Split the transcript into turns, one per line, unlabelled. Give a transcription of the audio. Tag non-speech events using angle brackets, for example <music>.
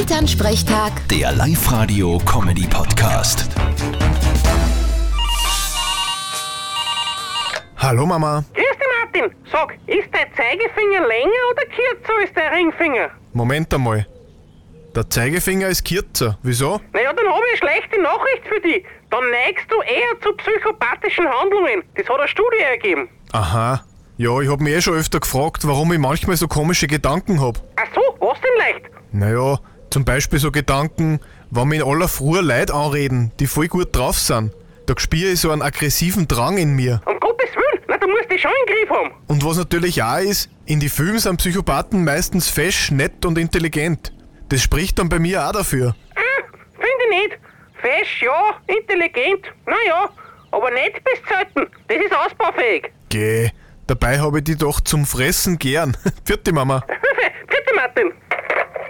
Elternsprechtag,
Der Live-Radio-Comedy-Podcast.
Hallo Mama.
Grüß dich, Martin. Sag, ist dein Zeigefinger länger oder kürzer als dein Ringfinger?
Moment einmal. Der Zeigefinger ist kürzer. Wieso?
Naja, dann habe ich eine schlechte Nachricht für dich. Dann neigst du eher zu psychopathischen Handlungen. Das hat eine Studie ergeben.
Aha. Ja, ich hab mich eh schon öfter gefragt, warum ich manchmal so komische Gedanken hab.
Ach so, was denn leicht?
Naja, zum Beispiel so Gedanken, wenn mir in aller Frühe Leute anreden, die voll gut drauf sind. Da spüre ich so einen aggressiven Drang in mir.
Um Gottes Willen, na, du musst dich schon im Griff haben.
Und was natürlich auch ist, in die Filmen sind Psychopathen meistens fesch, nett und intelligent. Das spricht dann bei mir auch dafür.
Ah, finde ich nicht. Fesch, ja, intelligent, naja. Aber nett bis selten. Das ist ausbaufähig.
Geh, dabei habe ich die doch zum Fressen gern. <laughs> Vierte Mama.
Bitte, Martin.